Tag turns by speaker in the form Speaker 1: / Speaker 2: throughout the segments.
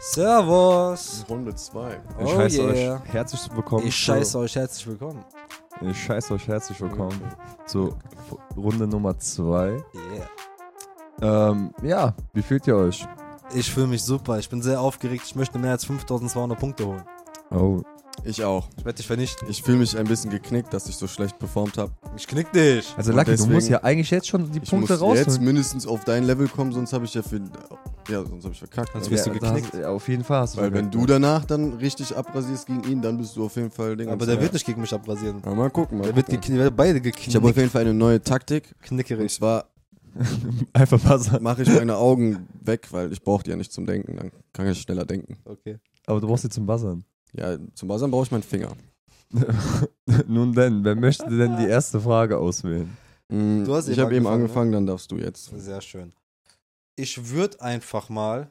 Speaker 1: Servus.
Speaker 2: Runde 2.
Speaker 1: Oh
Speaker 3: ich heiße
Speaker 1: yeah.
Speaker 3: euch herzlich willkommen.
Speaker 1: Ich scheiße euch herzlich willkommen.
Speaker 3: zu, ich scheiße euch herzlich willkommen zu F- Runde Nummer 2.
Speaker 1: Yeah.
Speaker 3: Ähm, ja, wie fühlt ihr euch?
Speaker 1: Ich fühle mich super. Ich bin sehr aufgeregt. Ich möchte mehr als 5200 Punkte holen.
Speaker 3: Oh,
Speaker 2: Ich auch.
Speaker 1: Ich werde dich vernichten.
Speaker 2: Ich fühle mich ein bisschen geknickt, dass ich so schlecht performt habe.
Speaker 1: Ich knick dich.
Speaker 3: also
Speaker 2: Und
Speaker 3: Lucky,
Speaker 2: deswegen-
Speaker 3: du musst ja eigentlich jetzt schon die
Speaker 2: Ich
Speaker 3: Punkte
Speaker 2: muss jetzt
Speaker 3: rausholen.
Speaker 2: mindestens auf dein Level kommen, sonst habe ich ja für. Ja, sonst habe ich verkackt.
Speaker 1: Sonst
Speaker 2: Aber-
Speaker 1: wirst du
Speaker 3: da
Speaker 1: geknickt.
Speaker 3: hast- ja, auf jeden Fall hast
Speaker 2: Weil wenn du danach dann richtig abrasierst gegen ihn, dann bist du auf jeden Fall Ding.
Speaker 1: Aber der wird nicht gegen mich abrasieren.
Speaker 2: Ja, mal gucken, mal
Speaker 1: Der wird
Speaker 2: gucken.
Speaker 1: gekn- wir werden beide
Speaker 2: Ich habe auf
Speaker 1: geknickt.
Speaker 2: jeden Fall eine neue Taktik. Und
Speaker 1: Knickerig.
Speaker 2: zwar
Speaker 3: einfach Wasser.
Speaker 2: mache ich meine Augen weg, weil ich brauche die ja nicht zum Denken. Dann kann ich schneller denken.
Speaker 1: Okay.
Speaker 3: Aber du brauchst sie zum Buzzern.
Speaker 2: Ja, zum Basern brauche ich meinen Finger.
Speaker 3: Nun denn, wer möchte denn die erste Frage auswählen?
Speaker 2: Mm,
Speaker 1: Du hast
Speaker 2: ich
Speaker 1: eben
Speaker 2: habe
Speaker 1: angefangen,
Speaker 2: eben
Speaker 1: ne?
Speaker 2: angefangen, dann darfst du jetzt.
Speaker 1: Sehr schön. Ich würde einfach mal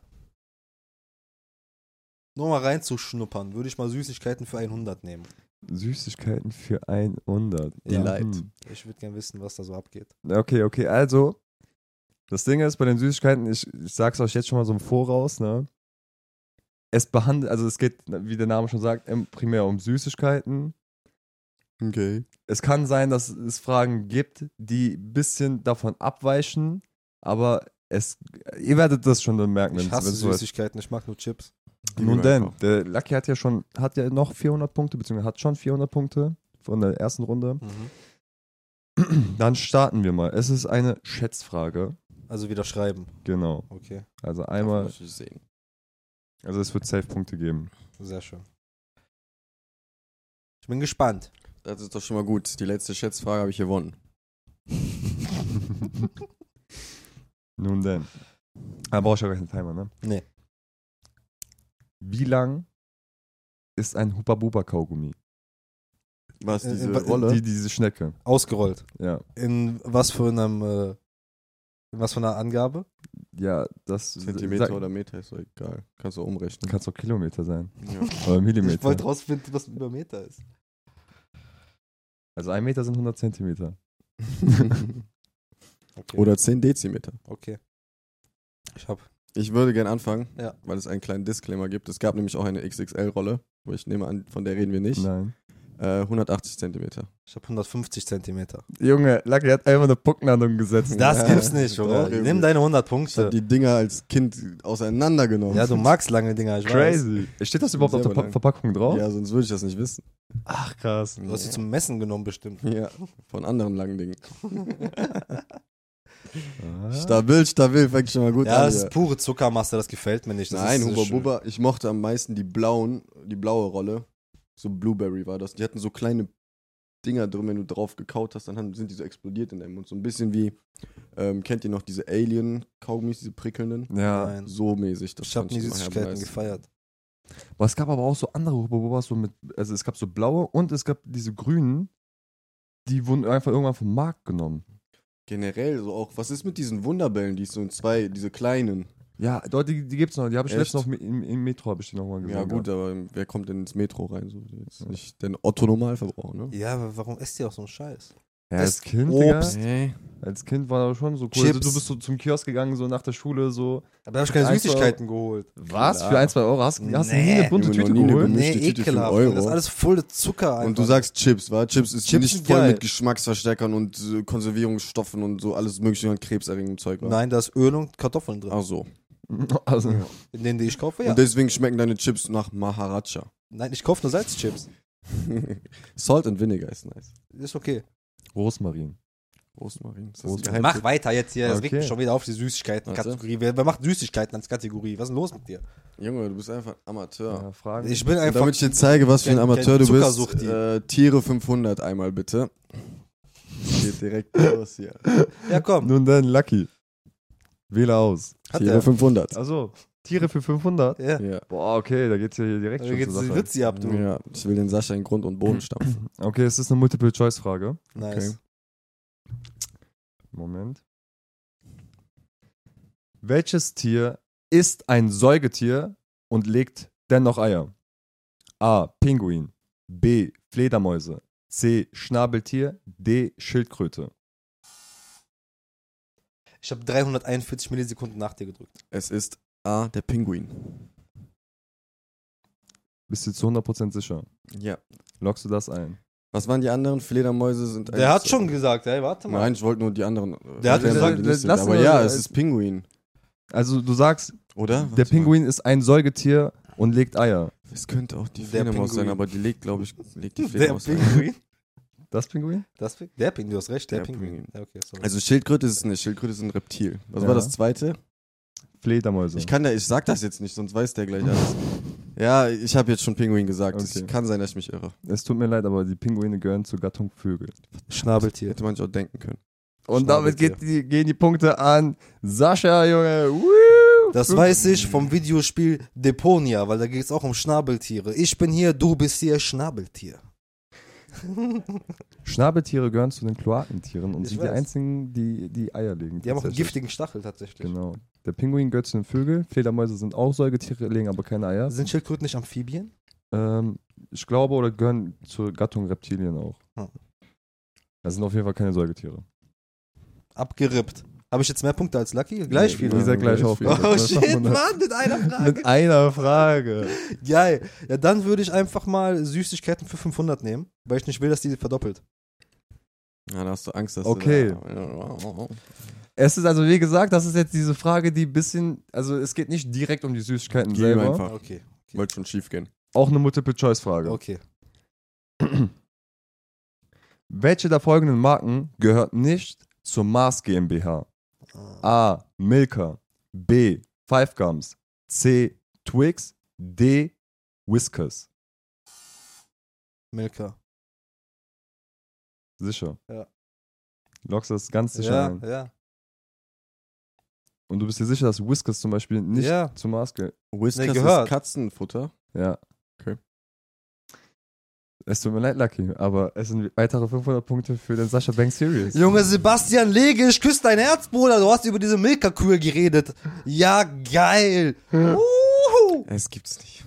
Speaker 1: nur mal reinzuschnuppern, würde ich mal Süßigkeiten für 100 nehmen.
Speaker 3: Süßigkeiten für 100.
Speaker 1: Ja.
Speaker 2: Delight.
Speaker 3: Hm.
Speaker 1: Ich würde gerne wissen, was da so abgeht.
Speaker 3: Okay, okay, also. Das Ding ist, bei den Süßigkeiten, ich, ich sag's euch jetzt schon mal so im Voraus, ne? Es behandelt, also es geht, wie der Name schon sagt, im- primär um Süßigkeiten.
Speaker 2: Okay.
Speaker 3: Es kann sein, dass es Fragen gibt, die ein bisschen davon abweichen, aber es, ihr werdet das schon dann merken,
Speaker 1: Ich
Speaker 3: wenn's-
Speaker 1: hasse
Speaker 3: wenn's soweit-
Speaker 1: Süßigkeiten, ich mag nur Chips.
Speaker 3: Nun
Speaker 2: Lieber
Speaker 3: denn,
Speaker 2: einfach.
Speaker 3: der Lucky hat ja schon, hat ja noch 400 Punkte, beziehungsweise hat schon 400 Punkte von der ersten Runde.
Speaker 1: Mhm.
Speaker 3: Dann starten wir mal. Es ist eine Schätzfrage.
Speaker 1: Also wieder schreiben.
Speaker 3: Genau.
Speaker 1: Okay,
Speaker 3: Also
Speaker 2: Davon
Speaker 3: einmal,
Speaker 2: muss ich sehen.
Speaker 3: also es wird Safe-Punkte geben.
Speaker 1: sehr schön. Ich bin gespannt.
Speaker 2: Das ist doch schon mal gut. Die letzte Schätzfrage habe ich gewonnen.
Speaker 3: Nun denn. Da brauche ich ja gar keinen Timer, ne?
Speaker 1: Nee.
Speaker 3: Wie lang ist ein Hubba-Bubba-Kaugummi?
Speaker 2: Was,
Speaker 1: Äh,
Speaker 2: diese
Speaker 1: äh, wa-
Speaker 2: Rolle?
Speaker 3: Die, diese Schnecke.
Speaker 1: Ausgerollt.
Speaker 3: Ja.
Speaker 1: In was für einem, äh, in was für einer Angabe?
Speaker 3: Ja, das.
Speaker 2: Zentimeter
Speaker 3: sag-
Speaker 2: oder Meter ist doch egal. Kannst du umrechnen.
Speaker 3: Kann es auch Kilometer sein.
Speaker 2: Ja.
Speaker 3: Oder
Speaker 1: Ich wollte
Speaker 3: Millimeter.
Speaker 1: rausfinden, was ein Meter ist.
Speaker 3: Also ein Meter sind 100 Zentimeter.
Speaker 1: Okay.
Speaker 2: oder 10 Dezimeter.
Speaker 1: Okay. Ich hab.
Speaker 2: Ich würde gern anfangen,
Speaker 1: Ja.
Speaker 2: weil es einen kleinen Disclaimer gibt. Es gab nämlich auch eine XXL-Rolle, wo ich nehme an, von der reden wir nicht.
Speaker 3: Nein.
Speaker 2: Äh, 180 Zentimeter.
Speaker 1: Ich habe 150 Zentimeter.
Speaker 3: Junge, Lucky hat einfach eine Punktlandung gesetzt.
Speaker 1: Das
Speaker 2: Ja,
Speaker 1: gibt's nicht,
Speaker 2: doch,
Speaker 1: Bruder.
Speaker 2: irgendwie.
Speaker 1: Nimm deine 100
Speaker 2: Ich habe
Speaker 1: Punkte.
Speaker 2: die Dinger als Kind auseinandergenommen.
Speaker 1: Ja, du magst lange Dinger, ich weiß.
Speaker 3: Crazy. Steht das überhaupt auf der
Speaker 2: Selber
Speaker 3: Pa-
Speaker 2: lang.
Speaker 3: Verpackung drauf?
Speaker 2: Ja, sonst würde ich das nicht wissen.
Speaker 3: Ach, krass.
Speaker 1: Du hast sie zum Messen genommen bestimmt.
Speaker 2: Ja, von anderen langen Dingen.
Speaker 3: Ah.
Speaker 2: Stabil, stabil, fängt schon mal gut
Speaker 1: Ja,
Speaker 2: an.
Speaker 1: das
Speaker 2: hier.
Speaker 1: ist pure Zuckermasse, das gefällt mir nicht. Das
Speaker 2: Nein,
Speaker 1: ist,
Speaker 2: Huba
Speaker 1: ist
Speaker 2: Buba, ich mochte am meisten die blauen, die blaue Rolle. So Blueberry war das. Die hatten so kleine Dinger drin, wenn du drauf gekaut hast, dann haben, sind die so explodiert in deinem Mund. So ein bisschen wie, ähm, kennt ihr noch diese Alien-Kaugummis, diese prickelnden?
Speaker 3: Ja.
Speaker 1: Nein.
Speaker 2: So mäßig. Das
Speaker 1: Ich habe
Speaker 2: fand
Speaker 1: nie
Speaker 2: immer
Speaker 1: Süßigkeiten
Speaker 2: herbeißen.
Speaker 1: gefeiert.
Speaker 3: Aber es gab aber auch so andere Hubba-Bubbas, so mit, also es gab so blaue und es gab diese grünen, die wurden einfach irgendwann vom Markt genommen.
Speaker 2: Generell so auch, was ist mit diesen Wunderbällen, die es so in zwei, diese kleinen?
Speaker 3: Ja, Leute, die, die gibt's noch, die habe ich
Speaker 2: Echt?
Speaker 3: letztens noch mi- im, im Metro habe ich die nochmal gesehen.
Speaker 2: Ja gut,
Speaker 3: gehabt.
Speaker 2: aber wer kommt denn ins Metro rein? So, jetzt nicht denn Otto Normalverbraucher, ne?
Speaker 1: Ja, aber warum esst ihr auch so einen Scheiß?
Speaker 3: ja,
Speaker 1: das
Speaker 3: als Kind,
Speaker 1: Obst.
Speaker 3: Digga,
Speaker 2: Hey.
Speaker 3: als Kind war das schon so cool. Also,
Speaker 1: Chips.
Speaker 3: du bist so zum Kiosk gegangen, so nach der Schule, so.
Speaker 1: Aber da habe ich keine
Speaker 3: Einfach-
Speaker 1: Süßigkeiten geholt.
Speaker 3: Was?
Speaker 2: Klar.
Speaker 3: Für ein, zwei Euro hast, hast du nie
Speaker 1: Nee.
Speaker 3: eine bunte
Speaker 2: Junge, noch
Speaker 3: Tüte
Speaker 2: nie eine
Speaker 3: geholt?
Speaker 2: gemischte
Speaker 1: Nee,
Speaker 2: Tüte für einen
Speaker 1: ekelhaft.
Speaker 2: Euro.
Speaker 1: Das ist alles voll Zucker einfach.
Speaker 2: Und du sagst Chips, wa? Chips ist
Speaker 1: Chips
Speaker 2: nicht
Speaker 1: sind
Speaker 2: voll
Speaker 1: geil.
Speaker 2: mit Geschmacksverstärkern und äh, Konservierungsstoffen und so alles mögliche an krebserregendem Zeug, wa?
Speaker 1: Nein, da ist Öl und Kartoffeln drin.
Speaker 2: Ach so.
Speaker 3: Also,
Speaker 1: In denen die ich kaufe, ja.
Speaker 2: Und deswegen schmecken deine Chips nach Maharaja.
Speaker 1: Nein, ich kaufe nur Salzchips.
Speaker 2: Salt and Vinegar ist nice.
Speaker 1: Ist okay.
Speaker 3: Rosmarin.
Speaker 2: Rosmarin. Ist
Speaker 3: Rosmarin.
Speaker 2: Geheimtipp?
Speaker 1: halt Mach weiter jetzt hier. Das
Speaker 3: Okay.
Speaker 1: regt mich schon wieder auf die Süßigkeiten-Kategorie. Wer, wer macht Süßigkeiten als Kategorie? Was ist denn los mit dir?
Speaker 2: Junge, du bist einfach ein
Speaker 3: Ja.
Speaker 2: Amateur.
Speaker 3: Fragen.
Speaker 1: Ich bin
Speaker 2: Und
Speaker 1: einfach.
Speaker 2: damit ich dir zeige, was für ein
Speaker 1: Kein-
Speaker 2: Amateur
Speaker 1: kein
Speaker 2: du bist,
Speaker 1: Zuckersuchti.
Speaker 2: äh, Tiere 500 einmal bitte. Geht direkt los hier.
Speaker 1: Ja, komm.
Speaker 3: Nun dann, Lucky. Wähle aus.
Speaker 1: Hat
Speaker 2: Tiere
Speaker 1: er.
Speaker 2: 500.
Speaker 3: Also, Tiere für 500?
Speaker 1: Ja.
Speaker 2: Ja.
Speaker 3: Boah, okay, da geht's ja hier direkt
Speaker 1: Da
Speaker 3: schon
Speaker 1: geht's
Speaker 3: zur
Speaker 1: die
Speaker 3: Sache.
Speaker 1: Ritzi ab, du.
Speaker 2: ja, ich will den Sascha in Grund und Boden stampfen.
Speaker 3: Okay, es ist eine Multiple-Choice-Frage.
Speaker 1: Nice.
Speaker 2: Okay.
Speaker 3: Moment. Welches Tier ist ein Säugetier und legt dennoch Eier? A. Pinguin. B. Fledermäuse. C. Schnabeltier. D. Schildkröte.
Speaker 1: Ich habe 341 Millisekunden nach dir gedrückt.
Speaker 2: Es ist A, der Pinguin.
Speaker 3: Bist du zu 100% sicher?
Speaker 2: Ja.
Speaker 3: Lockst du das ein?
Speaker 2: Was waren die anderen? Fledermäuse sind.
Speaker 1: Der
Speaker 2: eins-
Speaker 1: hat schon gesagt, ey, warte mal.
Speaker 2: Nein, ich wollte nur die anderen. äh,
Speaker 1: Der hat
Speaker 2: erklären,
Speaker 1: gesagt,
Speaker 2: die Liste.
Speaker 3: lass
Speaker 2: aber
Speaker 3: ihn-
Speaker 2: ja, es ist Pinguin,
Speaker 3: Also du sagst,
Speaker 2: oder?
Speaker 3: der
Speaker 2: Warte mal.
Speaker 3: Pinguin ist ein Säugetier und legt Eier.
Speaker 2: Es könnte auch die
Speaker 1: Der
Speaker 2: Fledermaus sein,
Speaker 1: Pinguin.
Speaker 2: aber die legt, glaube ich, legt die
Speaker 1: der
Speaker 2: Fledermaus ein.
Speaker 1: Pinguin.
Speaker 3: Das Pinguin?
Speaker 1: Das, Ping- der Pinguin, du hast recht, der,
Speaker 2: Der
Speaker 1: Pinguin.
Speaker 2: Pinguin.
Speaker 1: Ja, okay, sorry.
Speaker 2: Also Schildkröte ist es nicht. Schildkröte ist ein Reptil. Was
Speaker 3: Ja.
Speaker 2: war das zweite?
Speaker 3: Fledermäuse.
Speaker 2: Ich kann da, ich sag das jetzt nicht, sonst weiß der gleich alles. ja, ich habe jetzt schon Pinguin gesagt. Es
Speaker 3: Okay.
Speaker 2: kann sein, dass ich mich irre.
Speaker 3: es tut mir leid, aber die Pinguine gehören zur Gattung Vögel.
Speaker 1: Schnabeltier.
Speaker 2: Hätte man sich auch denken können.
Speaker 3: Und damit
Speaker 1: Schnabeltier.
Speaker 3: geht die, gehen die Punkte an Sascha, Junge. Woo!
Speaker 1: Das weiß ich vom Videospiel Deponia, weil da geht es auch um Schnabeltiere. Ich bin hier, du bist hier, Schnabeltier.
Speaker 3: Schnabeltiere gehören zu den Kloakentieren und
Speaker 1: Ich
Speaker 3: sind
Speaker 1: weiß.
Speaker 3: die einzigen, die die Eier legen.
Speaker 1: Die haben auch einen
Speaker 3: tatsächlich.
Speaker 1: giftigen Stachel tatsächlich.
Speaker 3: Genau. Der Pinguin gehört zu den Vögeln. Fledermäuse sind auch Säugetiere, legen aber keine Eier.
Speaker 1: Sind Schildkröten nicht Amphibien?
Speaker 3: Ähm, ich glaube, oder gehören zur Gattung Reptilien auch.
Speaker 1: Hm.
Speaker 3: Das sind auf jeden Fall keine Säugetiere.
Speaker 1: Abgerippt. Habe ich jetzt mehr Punkte als Lucky? Gleich
Speaker 2: Nee,
Speaker 1: viel.
Speaker 2: nein.
Speaker 3: Dieser gleich
Speaker 2: gleich
Speaker 3: auf.
Speaker 2: viel.
Speaker 1: Oh shit, Mann, mit einer Frage.
Speaker 3: Mit einer Frage.
Speaker 1: Geil. Ja, dann würde ich einfach mal Süßigkeiten für 500 nehmen, weil ich nicht will, dass die verdoppelt.
Speaker 2: Ja, da hast du Angst, dass
Speaker 3: Okay.
Speaker 2: du da,
Speaker 3: Es ist also, wie gesagt, das ist jetzt diese Frage, die ein bisschen, also es geht nicht direkt um die Süßigkeiten
Speaker 2: Gib
Speaker 3: selber.
Speaker 2: einfach.
Speaker 1: Okay.
Speaker 2: Wollte schon schief gehen.
Speaker 3: Auch eine Multiple-Choice-Frage.
Speaker 1: Okay.
Speaker 3: Welche der folgenden Marken gehört nicht zur Mars GmbH?
Speaker 1: Ah,
Speaker 3: A. Milka. B. Five Gums. C. Twix. D. Whiskers.
Speaker 1: Milka.
Speaker 3: Sicher.
Speaker 1: Ja.
Speaker 3: Lockst das ganz sicher
Speaker 1: Ja,
Speaker 3: ein.
Speaker 1: ja.
Speaker 3: Und du bist dir sicher, dass Whiskers zum Beispiel nicht
Speaker 1: Ja.
Speaker 3: zur Mars gehört?
Speaker 2: Whiskas
Speaker 1: gehört.
Speaker 2: ist Katzenfutter.
Speaker 3: Ja.
Speaker 2: Okay.
Speaker 3: Es tut mir leid, Lucky, aber es sind weitere 500 Punkte für den Sascha Banks Series.
Speaker 1: Junge Sebastian Lege, ich küsse dein Herz, Bruder. Du hast über diese Milka-Kühe geredet. Ja, geil. Uhu.
Speaker 2: Es gibt's nicht.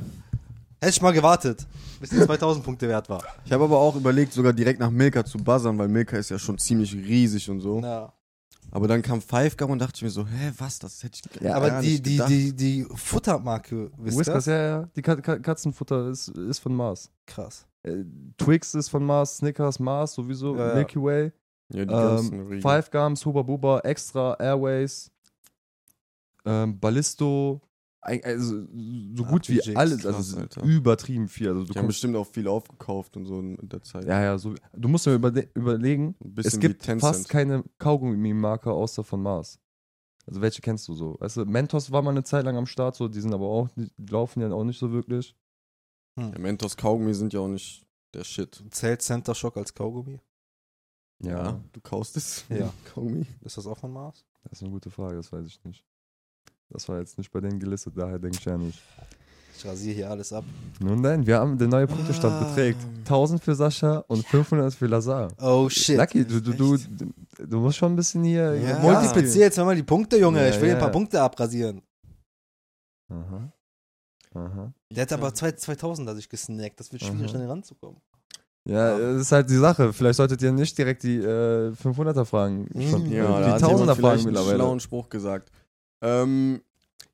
Speaker 1: Hätte ich mal gewartet, bis die 2000 Punkte wert war.
Speaker 2: Ich habe aber auch überlegt, sogar direkt nach Milka zu buzzern, weil Milka ist ja schon ziemlich riesig und so.
Speaker 1: Ja.
Speaker 2: Aber dann kam Five Gum und dachte ich mir so, hä, was, das hätte ich gar
Speaker 1: Aber
Speaker 2: gar
Speaker 1: die,
Speaker 2: nicht
Speaker 1: die,
Speaker 2: gedacht.
Speaker 1: die, die Futtermarke, wisst
Speaker 3: Whiskers,
Speaker 1: ihr?
Speaker 3: ja, ja. Die Ka Ka Katzenfutter ist, ist von Mars.
Speaker 1: Krass.
Speaker 3: Äh, Twix ist von Mars, Snickers, Mars sowieso,
Speaker 1: Ja, ja.
Speaker 3: Milky Way,
Speaker 2: ja, die ganzen
Speaker 3: ähm,
Speaker 2: Riegel.
Speaker 3: Five Gums, Huba Buba, Extra, Airways, ähm, Ballisto, Eig- also so
Speaker 1: Ah,
Speaker 3: gut wie
Speaker 1: PJs,
Speaker 3: alles,
Speaker 2: krass,
Speaker 3: also
Speaker 2: Alter.
Speaker 3: übertrieben viel. Also du
Speaker 2: Die haben
Speaker 3: kommst,
Speaker 2: bestimmt auch viel aufgekauft und so in der Zeit.
Speaker 3: ja, ja, so, du musst dir überde- überlegen,
Speaker 2: Ein
Speaker 3: es
Speaker 2: bisschen
Speaker 3: gibt
Speaker 2: wie Tencent.
Speaker 3: fast keine Kaugummi-Marke außer von Mars. Also welche kennst du so? Weißt du, Mentos war mal eine Zeit lang am Start, so die sind aber auch, die laufen ja auch nicht so wirklich.
Speaker 2: ja, Mentos Kaugummi sind ja auch nicht der Shit.
Speaker 1: Zählt Center Shock als Kaugummi?
Speaker 2: Du kaust es?
Speaker 1: Ja.
Speaker 2: Kaugummi?
Speaker 1: Ist das auch von Mars?
Speaker 3: Das ist eine gute Frage, das weiß ich nicht. Das war jetzt nicht bei denen gelistet, daher denke ich ja nicht.
Speaker 1: Ich rasiere hier alles ab.
Speaker 3: Nun denn, wir haben den neuen Punktestand
Speaker 2: Ah.
Speaker 3: beträgt 1000 für Sascha und 500 für Lazar.
Speaker 1: Oh shit.
Speaker 3: Lucky, du, du, du, du musst schon ein bisschen hier
Speaker 2: Ja.
Speaker 1: Multiplizier jetzt mal die Punkte, Junge.
Speaker 3: Ja,
Speaker 1: ich will
Speaker 3: ja.
Speaker 1: ein paar Punkte abrasieren.
Speaker 3: Aha. Aha.
Speaker 1: Der hat aber zwei- 2000 er sich gesnackt. Das wird schwierig,
Speaker 3: Mhm.
Speaker 1: an den ranzukommen.
Speaker 3: Ja, das ist halt die Sache. Vielleicht solltet ihr nicht direkt die äh, 500er fragen. Schon,
Speaker 1: Ja, da
Speaker 2: da
Speaker 3: die
Speaker 2: hat
Speaker 3: 1000er
Speaker 2: jemand
Speaker 3: fragen
Speaker 2: vielleicht einen
Speaker 3: mittlerweile.
Speaker 2: schlauen Spruch gesagt. Ähm,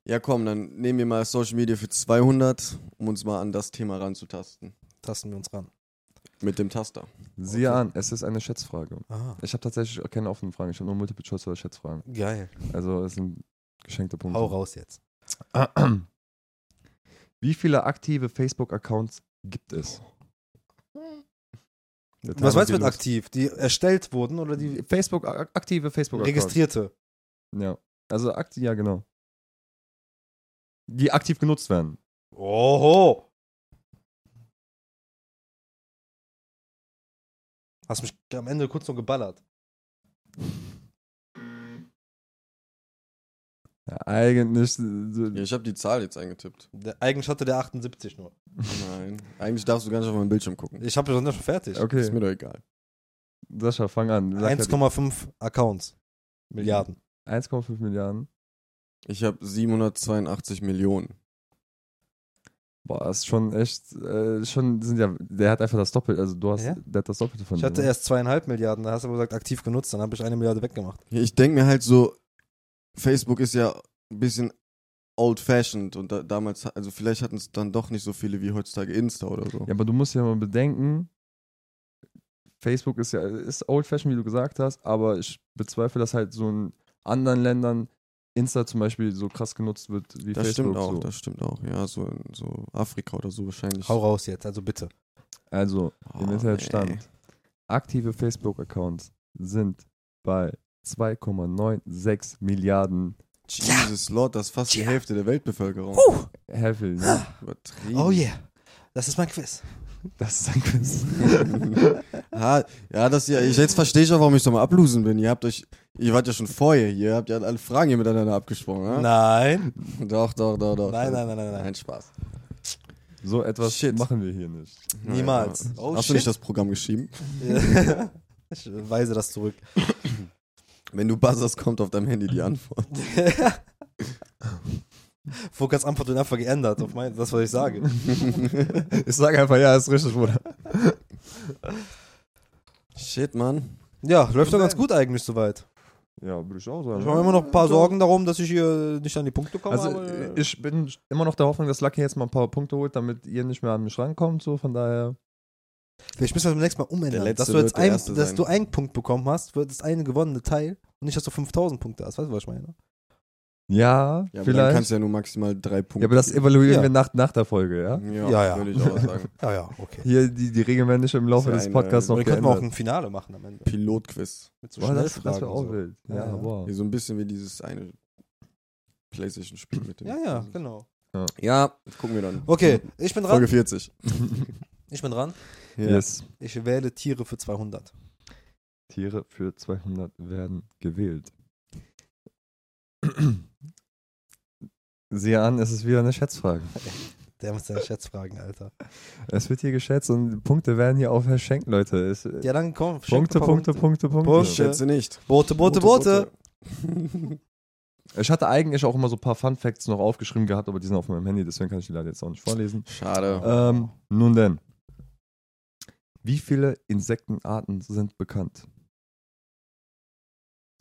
Speaker 2: ja, komm, dann nehmen wir mal Social Media für 200, um uns mal an das Thema ranzutasten.
Speaker 1: Tasten wir uns ran.
Speaker 2: Mit dem Taster.
Speaker 3: Siehe
Speaker 1: Okay.
Speaker 3: an, es ist eine Schätzfrage.
Speaker 1: Ah,
Speaker 3: Ich habe tatsächlich auch keine offenen Fragen. Ich habe nur Multiple Choice oder Schätzfragen.
Speaker 1: geil.
Speaker 3: Also es sind geschenkte Punkte.
Speaker 1: Hau raus jetzt.
Speaker 3: Wie viele aktive Facebook-Accounts gibt es? Der
Speaker 1: Hm. Was
Speaker 3: Timer
Speaker 1: meinst du
Speaker 3: geht
Speaker 1: mit
Speaker 3: los.
Speaker 1: aktiv? Die erstellt wurden oder die
Speaker 3: Die Facebook, ak- aktive Facebook-Accounts.
Speaker 1: registrierte?
Speaker 3: Ja. Also aktiv, ja genau. Die aktiv genutzt werden.
Speaker 1: Oho. Hast mich am Ende kurz noch geballert.
Speaker 3: Ja, eigentlich. äh, Hm.
Speaker 2: Ja, ich habe die Zahl jetzt eingetippt.
Speaker 1: Der, eigentlich hatte der 78 nur.
Speaker 2: Nein. Eigentlich darfst du gar nicht auf meinen Bildschirm gucken.
Speaker 1: Ich habe das schon fertig.
Speaker 2: Ist mir
Speaker 3: Okay,
Speaker 2: doch egal.
Speaker 3: Sascha, fang an. Sag halt ja die-
Speaker 1: 1,5 Accounts. Milliarden.
Speaker 3: 1,5 Milliarden.
Speaker 2: Ich habe 782 Millionen.
Speaker 3: Boah, ist schon echt. Äh, schon sind ja. Der hat einfach das Doppelte. Also du hast.
Speaker 1: Ja?
Speaker 3: Der hat das Doppelte von
Speaker 1: Ich
Speaker 3: dir,
Speaker 1: hatte
Speaker 3: ne?
Speaker 1: erst zweieinhalb Milliarden, da hast du aber gesagt, aktiv genutzt, dann habe ich eine Milliarde weggemacht.
Speaker 2: Ich denke mir halt so, Facebook ist ja ein bisschen old fashioned und da, damals, also vielleicht hatten es dann doch nicht so viele wie heutzutage Insta oder so.
Speaker 3: Ja, aber du musst ja mal bedenken, Facebook ist ja ist old fashioned, wie du gesagt hast, aber ich bezweifle, dass halt so in anderen Ländern Insta zum Beispiel so krass genutzt wird wie
Speaker 2: das
Speaker 3: Facebook.
Speaker 2: stimmt auch,
Speaker 3: so.
Speaker 2: das stimmt auch. Ja, so in so Afrika oder so wahrscheinlich.
Speaker 1: Hau raus jetzt, also bitte.
Speaker 3: Also, im
Speaker 2: Oh,
Speaker 3: Internet
Speaker 2: nee.
Speaker 3: stand, aktive Facebook-Accounts sind bei 2,96 Milliarden.
Speaker 2: Jesus Lord, das ist fast die
Speaker 1: Ja.
Speaker 2: Hälfte der Weltbevölkerung.
Speaker 3: Heavy, ne?
Speaker 2: Übertrieben.
Speaker 1: Oh yeah. Das ist mein Quiz.
Speaker 3: Das ist ein Quiz.
Speaker 2: ha, ja, das ja, ich, jetzt verstehe ich auch, warum ich so mal ablosen bin. Ihr habt euch, ihr wart ja schon vorher hier, ihr habt ja alle Fragen hier miteinander abgesprochen, ja?
Speaker 1: Nein.
Speaker 2: Doch, doch, doch, doch.
Speaker 1: Nein, nein, nein, nein, nein.
Speaker 2: Nein, Spaß.
Speaker 3: So etwas
Speaker 2: Shit.
Speaker 3: machen wir hier nicht.
Speaker 1: Niemals.
Speaker 2: Ja.
Speaker 1: Oh,
Speaker 2: Hast du
Speaker 1: shit.
Speaker 2: nicht das Programm geschrieben?
Speaker 1: ich weise das zurück.
Speaker 2: Wenn du buzzerst, kommt auf deinem Handy die Antwort.
Speaker 1: Vogels Antwort wird einfach geändert auf mein, das, was ich sage.
Speaker 3: Ich sage einfach, ja, ist richtig, Bruder.
Speaker 2: Shit, Mann.
Speaker 1: Ja, läuft doch ganz gut eigentlich soweit.
Speaker 3: Ja, würde ich auch
Speaker 1: Ich
Speaker 3: sagen.
Speaker 1: mache immer noch ein paar Sorgen darum, dass ich hier nicht an die Punkte komme.
Speaker 3: Also,
Speaker 1: aber, äh,
Speaker 3: ich bin immer noch der Hoffnung, dass Lucky jetzt mal ein paar Punkte holt, damit ihr nicht mehr an mich rankommt, so von daher.
Speaker 1: Vielleicht müssen wir das beim nächsten Mal
Speaker 2: Der
Speaker 1: umändern.
Speaker 2: Letzte
Speaker 1: Dass, du, jetzt
Speaker 2: wird der
Speaker 1: ein,
Speaker 2: Erste
Speaker 1: dass
Speaker 2: sein.
Speaker 1: du einen Punkt bekommen hast, wird das eine gewonnene Teil und nicht, dass du 5000 Punkte hast. Weißt du, was ich meine?
Speaker 3: Ja,
Speaker 2: Ja, aber dann
Speaker 3: vielleicht.
Speaker 2: kannst du ja nur maximal drei Punkte.
Speaker 3: ja, aber das evaluieren
Speaker 1: Ja.
Speaker 3: wir nach, nach der Folge, ja?
Speaker 2: geben.
Speaker 1: ne? Ja,
Speaker 2: ja,
Speaker 1: ja.
Speaker 2: würde ich auch sagen.
Speaker 1: Ja, ja, okay.
Speaker 3: Hier, die, die Regeln werden nicht im Laufe
Speaker 2: Das ist
Speaker 3: des
Speaker 2: ja
Speaker 3: Podcasts
Speaker 2: eine-
Speaker 3: noch
Speaker 1: Oder könnten wir auch
Speaker 3: geändert.
Speaker 1: ein Finale machen am Ende.
Speaker 2: Pilotquiz.
Speaker 1: Mit so
Speaker 3: Boah, das das
Speaker 1: Schnellfragen
Speaker 3: wäre
Speaker 1: und
Speaker 3: auch
Speaker 1: so.
Speaker 3: wild. Ja,
Speaker 1: Ja, ja.
Speaker 3: wow.
Speaker 2: Ja, so ein bisschen wie dieses eine Playstation-Spiel mit dem.
Speaker 1: Ja, ja, genau.
Speaker 2: Ja, gucken wir dann.
Speaker 1: Okay, ich bin dran.
Speaker 2: Hm. Folge 40.
Speaker 1: Ich bin dran.
Speaker 2: Ja.
Speaker 3: Yes.
Speaker 1: Ich wähle Tiere für 200.
Speaker 3: Tiere für 200 werden gewählt. Siehe an, es ist wieder eine Schätzfrage.
Speaker 1: Der muss deine Schätzfragen, Alter.
Speaker 3: Es wird hier geschätzt und Punkte werden hier auch verschenkt, Leute. Es,
Speaker 1: Ja, dann komm. schenk
Speaker 3: Punkte,
Speaker 1: ein paar
Speaker 3: Punkte, Punkte, Punkte,
Speaker 2: Ich schätze nicht.
Speaker 1: Boote, Boote, Boote.
Speaker 2: Boote.
Speaker 3: Ich hatte eigentlich auch immer so ein paar Fun Facts noch aufgeschrieben gehabt, aber die sind auf meinem Handy, deswegen kann ich die leider jetzt auch nicht vorlesen.
Speaker 2: Schade.
Speaker 3: Ähm, nun denn. Wie viele Insektenarten sind bekannt?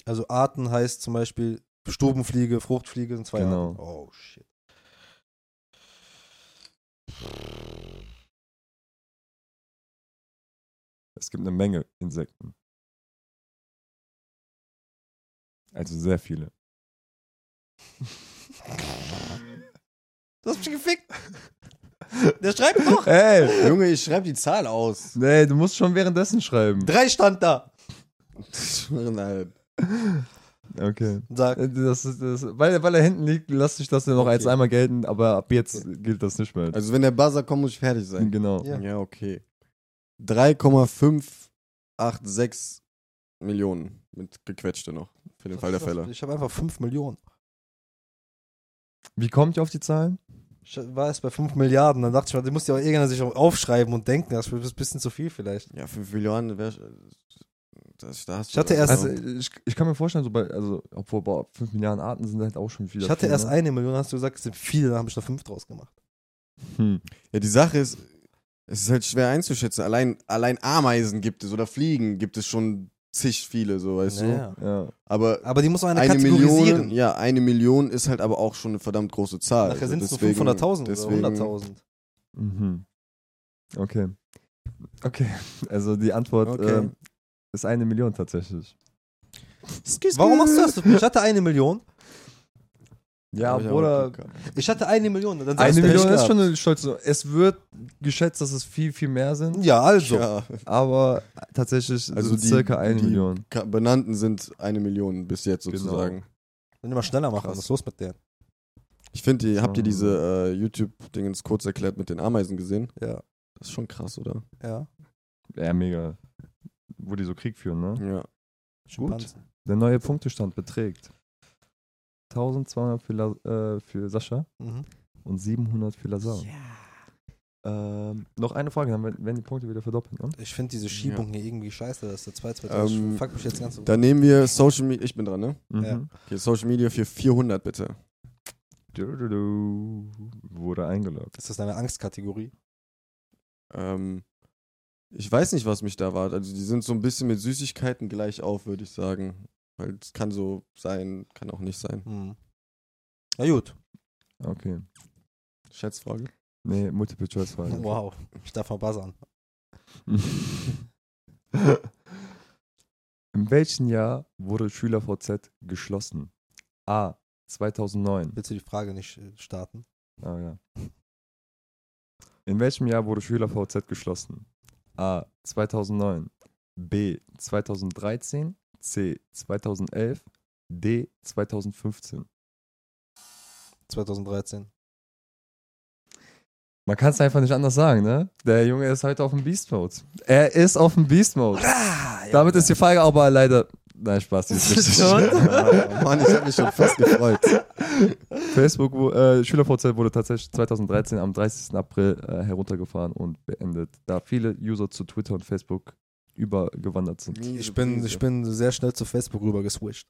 Speaker 1: Also Arten heißt zum Beispiel Stubenfliege, Fruchtfliege sind zwei
Speaker 3: Genau.
Speaker 1: Arten. Oh shit.
Speaker 3: Es gibt eine Menge Insekten. Also sehr viele.
Speaker 1: Du hast mich gefickt. Der schreibt noch.
Speaker 3: Ey!
Speaker 2: Junge, ich schreibe die Zahl aus.
Speaker 3: Nee, du musst schon währenddessen schreiben.
Speaker 1: Drei stand da.
Speaker 2: Nein.
Speaker 3: Okay.
Speaker 1: Sag.
Speaker 3: Das, ist- das, weil, weil er hinten liegt, lasse ich das ja noch
Speaker 2: Okay.
Speaker 3: als einmal gelten, aber ab jetzt gilt das nicht mehr.
Speaker 2: Also wenn der Buzzer kommt, muss ich fertig sein.
Speaker 3: genau.
Speaker 1: Ja.
Speaker 2: Ja, okay. 3,586 Millionen mit gequetschte noch. Für den Fall der Fälle.
Speaker 1: Ich habe einfach 5 Millionen.
Speaker 3: Wie kommt ihr auf die Zahlen?
Speaker 1: Ich war erst bei 5 Milliarden. Dann dachte ich mir, die muss ja auch irgendeiner sich auch aufschreiben und denken, das ist ein bisschen zu viel vielleicht.
Speaker 2: Ja, 5 Millionen wäre. Das, da hast
Speaker 1: Ich hatte
Speaker 2: du-
Speaker 1: erst-
Speaker 3: Also, ich, ich kann mir vorstellen, so bei, also, obwohl, boah, 5 Milliarden Arten sind halt auch schon viele.
Speaker 1: Ich hatte
Speaker 3: viele,
Speaker 1: erst
Speaker 3: ne?
Speaker 1: eine Million, hast du gesagt, es sind viele, dann habe ich da fünf draus gemacht.
Speaker 3: Hm.
Speaker 2: Ja, die Sache ist, es ist halt schwer einzuschätzen. Allein, allein Ameisen gibt es oder Fliegen gibt es schon zig viele, so weißt du.
Speaker 1: Naja.
Speaker 3: Ja.
Speaker 2: Aber
Speaker 1: Aber die muss man eine,
Speaker 2: eine
Speaker 1: kategorisieren.
Speaker 2: Million, ja, eine Million ist halt aber auch schon eine verdammt große Zahl.
Speaker 1: Nachher sind es nur
Speaker 2: also Deswegen-
Speaker 1: 500.000 oder
Speaker 2: deswegen-
Speaker 1: 100.000.
Speaker 3: Mhm. Okay. Okay. Also die Antwort
Speaker 2: Okay.
Speaker 3: ähm, ist eine Million tatsächlich.
Speaker 1: Warum machst du das? Ich hatte eine Million.
Speaker 3: Ja,
Speaker 2: Hab ich aber
Speaker 3: oder.
Speaker 2: Glück gehabt.
Speaker 1: Ich hatte eine Million. Dann sagst
Speaker 3: Eine
Speaker 1: du,
Speaker 3: Million
Speaker 1: ich
Speaker 3: ist
Speaker 1: gehabt.
Speaker 3: schon eine stolze. Es wird geschätzt, dass es viel, viel mehr sind,
Speaker 1: Ja, also.
Speaker 2: Ja,
Speaker 3: aber tatsächlich
Speaker 2: Also
Speaker 3: sind
Speaker 2: die-
Speaker 3: circa eine
Speaker 2: die-
Speaker 3: Million.
Speaker 2: Ka- Benannten sind eine Million bis jetzt
Speaker 1: Genau.
Speaker 2: sozusagen.
Speaker 1: Dann immer schneller machen.
Speaker 2: Krass.
Speaker 1: Was ist los mit denen?
Speaker 2: Ich finde, die, habt ihr
Speaker 3: Ähm.
Speaker 2: diese äh, YouTube-Dingens kurz erklärt mit den Ameisen gesehen?
Speaker 1: Ah. Ja.
Speaker 2: Das ist schon krass, oder?
Speaker 1: Ja.
Speaker 3: Ja, mega. Wo die so Krieg führen, ne?
Speaker 2: Ja.
Speaker 1: Schimpansen.
Speaker 3: Der neue Punktestand beträgt 1200 für, La äh, für Sascha
Speaker 1: Mhm.
Speaker 3: und 700 für
Speaker 1: Also.
Speaker 3: Lazar. Ähm, noch eine Frage, dann werden die Punkte wieder verdoppelt, ne?
Speaker 1: Ich finde diese Schiebung hier irgendwie scheiße. Das ist der 2, 2, 3.
Speaker 2: Ähm,
Speaker 1: fuck mich jetzt ganz so.
Speaker 2: Dann nehmen wir Social Media. Ich bin dran, ne?
Speaker 3: Mhm.
Speaker 1: Ja.
Speaker 2: Okay, Social Media für 400 bitte.
Speaker 3: Du, du, du. Wurde eingeloggt.
Speaker 1: Ist das eine Angstkategorie?
Speaker 2: Ähm, ich weiß nicht, was mich da war. Also die sind so ein bisschen mit Süßigkeiten gleich auf, würde ich sagen. Weil es kann so sein, kann auch nicht sein.
Speaker 1: Hm. Ja, Mhm. gut.
Speaker 3: Okay.
Speaker 2: Schätzfrage.
Speaker 3: Nee, Multiple-Choice-Frage.
Speaker 1: Wow, Stefan Basan.
Speaker 3: In welchem Jahr wurde SchülerVZ geschlossen? A. 2009.
Speaker 1: Willst du die Frage nicht äh, starten?
Speaker 3: Ah, ja. In welchem Jahr wurde SchülerVZ geschlossen? A. 2009. B. 2013. C. 2011. D. 2015.
Speaker 1: 2013.
Speaker 3: Man kann es einfach nicht anders sagen, ne? Der Junge ist heute auf dem Beast Mode. Er ist auf dem Beast Mode. Damit ist die Frage aber leider. Nein, Spaß, die ist richtig.
Speaker 2: Mann, ich hab mich schon fast gefreut.
Speaker 3: Facebook, wo- äh, SchülerVZ wurde tatsächlich 2013 am 30. April äh, heruntergefahren und beendet, da viele User zu Twitter und Facebook übergewandert sind.
Speaker 1: Ich bin, ich bin sehr schnell zu Facebook rüber geswitcht.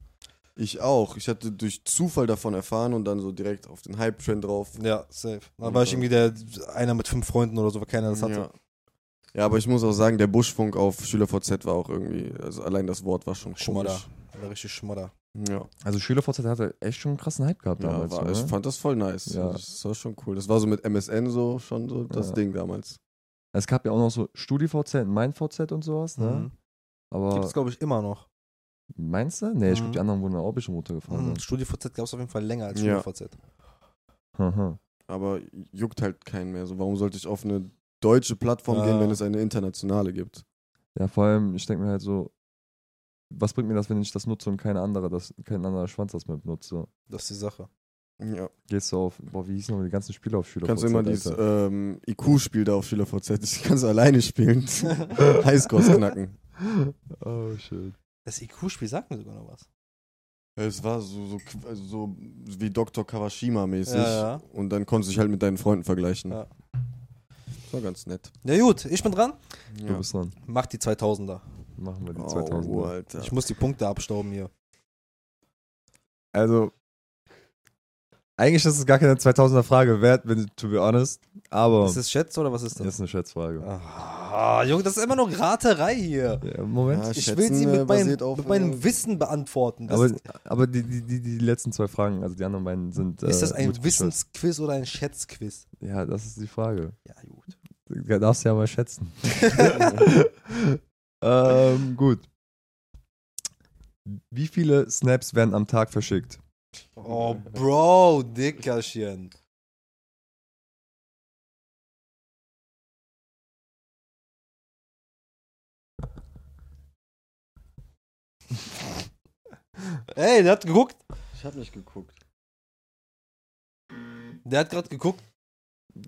Speaker 2: Ich auch. Ich hatte durch Zufall davon erfahren und dann so direkt auf den Hype-Train drauf.
Speaker 1: Ja, safe. Da war ich irgendwie der einer mit fünf Freunden oder so, weil keiner das hatte.
Speaker 2: Ja. ja, aber ich muss auch sagen, der Buschfunk auf SchülerVZ war auch irgendwie, also allein das Wort war schon
Speaker 1: Schmodder.
Speaker 2: komisch.
Speaker 1: War richtig Schmodder.
Speaker 2: Ja,
Speaker 3: Also SchülerVZ hatte echt schon einen krassen Hype gehabt
Speaker 2: ja
Speaker 3: damals. ne?
Speaker 2: war,
Speaker 3: oder?
Speaker 2: ich fand das voll nice.
Speaker 3: Ja.
Speaker 2: Das war schon cool. Das war so mit MSN so schon so das
Speaker 3: Ja.
Speaker 2: Ding damals.
Speaker 3: es gab ja auch noch so StudiVZ, MeinVZ und sowas, ne?
Speaker 1: Mhm. Gibt
Speaker 3: Aber
Speaker 1: es, glaube ich, immer noch.
Speaker 3: meinst du? Nee, ich glaube,
Speaker 1: Mhm.
Speaker 3: die anderen wurden auch bestimmt runtergefahren.
Speaker 1: Mhm. StudiVZ gab es auf jeden Fall länger als
Speaker 2: Ja.
Speaker 1: StudiVZ.
Speaker 3: Ne? Haha.
Speaker 2: Aber juckt halt keinen mehr. So, warum sollte ich auf eine deutsche Plattform
Speaker 1: Ja.
Speaker 2: gehen, wenn es eine internationale gibt?
Speaker 3: Ja, vor allem, ich denke mir halt so, was bringt mir das, wenn ich das nutze und kein anderer, das, kein anderer Schwanz das mit benutze?
Speaker 1: Das ist die Sache.
Speaker 2: Ja.
Speaker 3: Gehst du auf, boah, wie hießen nochmal die ganzen Spiele auf SchülerVZ?
Speaker 2: Kannst du immer dieses
Speaker 3: Alter?
Speaker 2: ähm, IQ-Spiel da auf SchülerVZ, ich kann es alleine spielen. Highscores knacken.
Speaker 3: Oh, shit.
Speaker 1: Das IQ-Spiel sagt mir sogar noch was.
Speaker 2: Es war so, so, qu- also so wie Dr. Kawashima-mäßig.
Speaker 1: Ja, ja.
Speaker 2: Und dann konntest du dich halt mit deinen Freunden vergleichen.
Speaker 1: Ja.
Speaker 2: Das war ganz nett.
Speaker 1: Ja gut, ich bin dran.
Speaker 3: Du bist dran.
Speaker 1: Mach die 2000er.
Speaker 3: Machen wir die
Speaker 2: Oh,
Speaker 3: 2000.
Speaker 2: Alter.
Speaker 1: Ich muss die Punkte abstauben hier.
Speaker 3: Also, eigentlich ist es gar keine 2000er Frage wert, wenn, to be honest. Aber
Speaker 1: Ist das Schätz oder was ist das?
Speaker 3: ist eine Schätzfrage.
Speaker 1: Ah, Junge, das ist immer noch Raterei hier.
Speaker 3: Ja, Moment.
Speaker 2: Ja,
Speaker 1: Ich
Speaker 2: schätzen,
Speaker 1: will sie
Speaker 2: äh,
Speaker 1: mit, meinem-
Speaker 2: basiert auf,
Speaker 1: mit
Speaker 2: äh,
Speaker 1: meinem Wissen beantworten. Das
Speaker 3: aber
Speaker 1: ist,
Speaker 3: aber die, die, die, die letzten zwei Fragen, also die anderen beiden sind.
Speaker 1: ist das
Speaker 3: äh,
Speaker 1: ein
Speaker 3: Multiple Choice.
Speaker 1: Wissensquiz oder ein Schätzquiz?
Speaker 3: Ja, das ist die Frage.
Speaker 1: Ja, gut.
Speaker 3: Da darfst du ja mal schätzen. ähm, gut. Wie viele Snaps werden am Tag verschickt?
Speaker 1: Oh, Bro, Dickerchen. Ey, der hat geguckt.
Speaker 2: Ich hab nicht geguckt.
Speaker 1: Der hat gerade geguckt.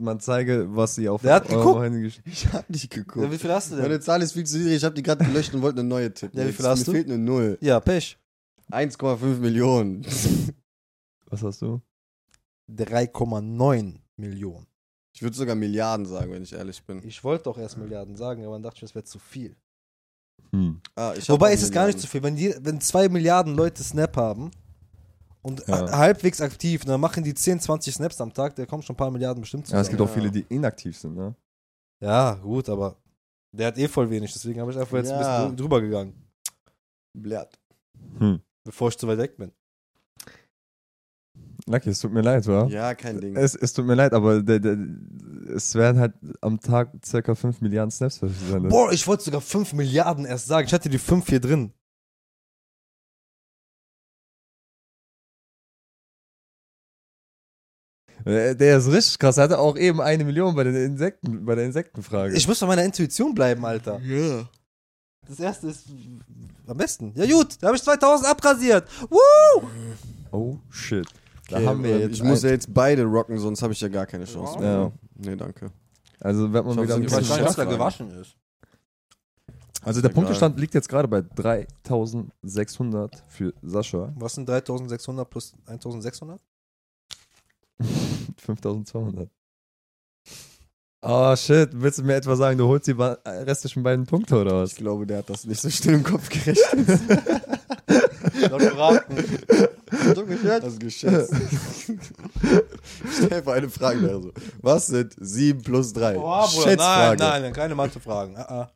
Speaker 3: Man zeige, was sie auf
Speaker 1: Der hat
Speaker 3: eurem
Speaker 1: geguckt.
Speaker 3: Handy gesch-
Speaker 2: Ich hab nicht
Speaker 1: Ja, wie
Speaker 2: geguckt.
Speaker 1: viel hast du denn?
Speaker 2: Meine Zahl ist viel zu niedrig. Ich hab die gerade gelöscht und wollte eine neue tippen.
Speaker 1: Ja, wie
Speaker 2: Jetzt-
Speaker 1: viel hast
Speaker 2: mir
Speaker 1: du?
Speaker 2: fehlt eine Null.
Speaker 1: Ja, Pech.
Speaker 2: 1,5 Millionen.
Speaker 3: Was hast du?
Speaker 1: 3,9 Millionen.
Speaker 2: Ich würde sogar Milliarden sagen, wenn ich ehrlich bin.
Speaker 1: Ich wollte doch erst Milliarden sagen, aber dann dachte ich, das wäre zu viel.
Speaker 3: Hm.
Speaker 2: Ah, ich hab
Speaker 1: Wobei
Speaker 2: auch
Speaker 1: ist es gar nicht
Speaker 2: Milliarden.
Speaker 1: zu viel. Wenn, die, wenn zwei Milliarden Leute Snap haben und
Speaker 3: Ja.
Speaker 1: ha- halbwegs aktiv, dann machen die 10, 20 Snaps am Tag, da kommen schon ein paar Milliarden bestimmt
Speaker 3: Ja,
Speaker 1: zusammen.
Speaker 3: es gibt auch viele, die inaktiv sind, ne?
Speaker 1: Ja, gut, aber der hat eh voll wenig, deswegen habe ich einfach jetzt
Speaker 2: Ja.
Speaker 1: ein bisschen drü- drüber gegangen,
Speaker 2: Blatt.
Speaker 3: Hm.
Speaker 1: bevor ich zu weit weg bin.
Speaker 3: Lucky, es tut mir leid, oder?
Speaker 2: Ja, kein Ding.
Speaker 3: Es, es tut mir leid, aber der, der, es werden halt am Tag circa 5 Milliarden Snaps versendet.
Speaker 1: Boah, ich wollte sogar 5 Milliarden erst sagen. Ich hatte die 5 hier drin.
Speaker 3: Äh, Der ist richtig krass. Er hatte auch eben eine Million bei, den Insekten, bei der Insektenfrage.
Speaker 1: Ich muss bei meiner Intuition bleiben, Alter.
Speaker 2: Ja.
Speaker 1: Das erste ist am besten. Ja, gut, da habe ich 2000 abrasiert. Woo!
Speaker 3: oh, shit. Da
Speaker 2: Okay,
Speaker 3: haben wir
Speaker 2: ähm,
Speaker 3: jetzt.
Speaker 2: ich muss
Speaker 3: ein,
Speaker 2: ja jetzt beide rocken, sonst habe ich ja gar keine Chance mehr.
Speaker 3: Ja.
Speaker 2: Nee, danke.
Speaker 3: also, wird man
Speaker 2: Ich
Speaker 3: wieder
Speaker 2: hoffe,
Speaker 3: ein
Speaker 2: sie weiß gar
Speaker 3: bisschen
Speaker 2: nicht, was da
Speaker 1: gewaschen ist.
Speaker 3: Also, der
Speaker 2: Egal.
Speaker 3: Punktestand liegt jetzt gerade bei 3600 für Sascha,
Speaker 1: Was sind 3600 plus 1600?
Speaker 3: 5200. Oh, shit. Willst du mir etwa sagen, du holst die ba- restlichen beiden Punkte oder was?
Speaker 2: Ich glaube, der hat das nicht so schnell im Kopf gerechnet. Also geschätzt. Stell vor eine Frage wäre so. Was sind 7 plus 3?
Speaker 1: Boah, Bruder, nein, nein, nein, keine Mathefragen. Ah, ah.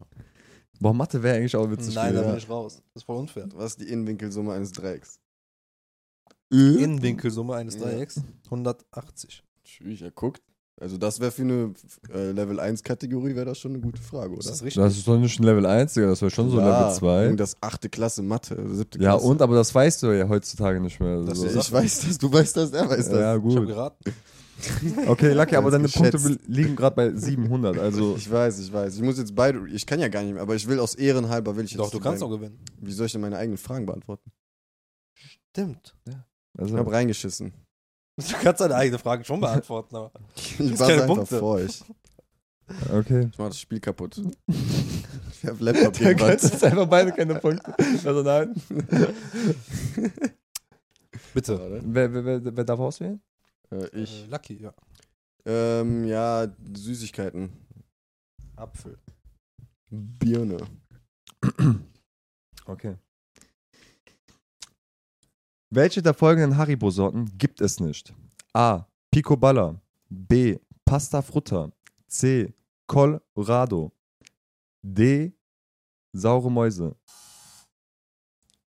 Speaker 3: Boah, Mathe wäre eigentlich auch witzig.
Speaker 1: Nein, da
Speaker 3: ja.
Speaker 1: bin ich raus. Das ist voll unfair.
Speaker 2: Was ist die Innenwinkelsumme eines Dreiecks? Ö.
Speaker 1: Innenwinkelsumme eines
Speaker 2: Ja.
Speaker 1: Dreiecks 180.
Speaker 2: Tschüss, er guckt. Also das wäre für eine äh, Level 1 Kategorie, wäre das schon eine gute Frage, oder?
Speaker 1: Ist das richtig?
Speaker 3: Das ist doch nicht ein Level 1, Digga, das wäre schon so
Speaker 2: Ja,
Speaker 3: Level 2.
Speaker 2: Junge, Das achte Klasse Mathe, also siebte
Speaker 3: Ja,
Speaker 2: Klasse.
Speaker 3: und, aber das weißt du ja heutzutage nicht mehr.
Speaker 1: Das
Speaker 3: Also.
Speaker 1: ist-
Speaker 2: Ich weiß das, du weißt das, er weiß das.
Speaker 3: ja,
Speaker 1: Ich hab
Speaker 3: gut.
Speaker 1: geraten.
Speaker 3: Okay, Lucky, aber
Speaker 2: Als
Speaker 3: deine
Speaker 2: geschätzt.
Speaker 3: Punkte liegen gerade bei 700. Also,
Speaker 2: Ich weiß, ich weiß. Ich muss jetzt beide. Ich kann ja gar nicht mehr, aber ich will aus Ehrenhalber will ich jetzt.
Speaker 1: Doch, du
Speaker 2: die
Speaker 1: kannst auch
Speaker 2: beiden-
Speaker 1: gewinnen.
Speaker 2: Wie soll ich denn meine eigenen Fragen beantworten?
Speaker 1: Stimmt.
Speaker 2: Ich hab
Speaker 3: also
Speaker 2: reingeschissen.
Speaker 1: Du kannst deine eigene Frage schon beantworten, aber.
Speaker 2: Ich
Speaker 1: Ist
Speaker 2: war
Speaker 1: keine
Speaker 2: einfach
Speaker 1: Punkte.
Speaker 2: vor euch.
Speaker 3: okay.
Speaker 2: Ich mach das Spiel kaputt. Ich hab Laptop
Speaker 3: Der
Speaker 2: gegen
Speaker 3: Gott
Speaker 2: Wand.
Speaker 3: ist einfach beide keine Punkte. Also nein.
Speaker 1: Bitte.
Speaker 3: Wer, wer, wer, wer darf auswählen?
Speaker 2: Äh, ich.
Speaker 1: Äh, Lucky, ja.
Speaker 2: Ähm, ja, Süßigkeiten.
Speaker 1: Apfel.
Speaker 2: Birne.
Speaker 3: Okay. Welche der folgenden Haribo-Sorten gibt es nicht? A. Picoballa. B. Pasta Frutta. C. Colorado. D. Saure Mäuse.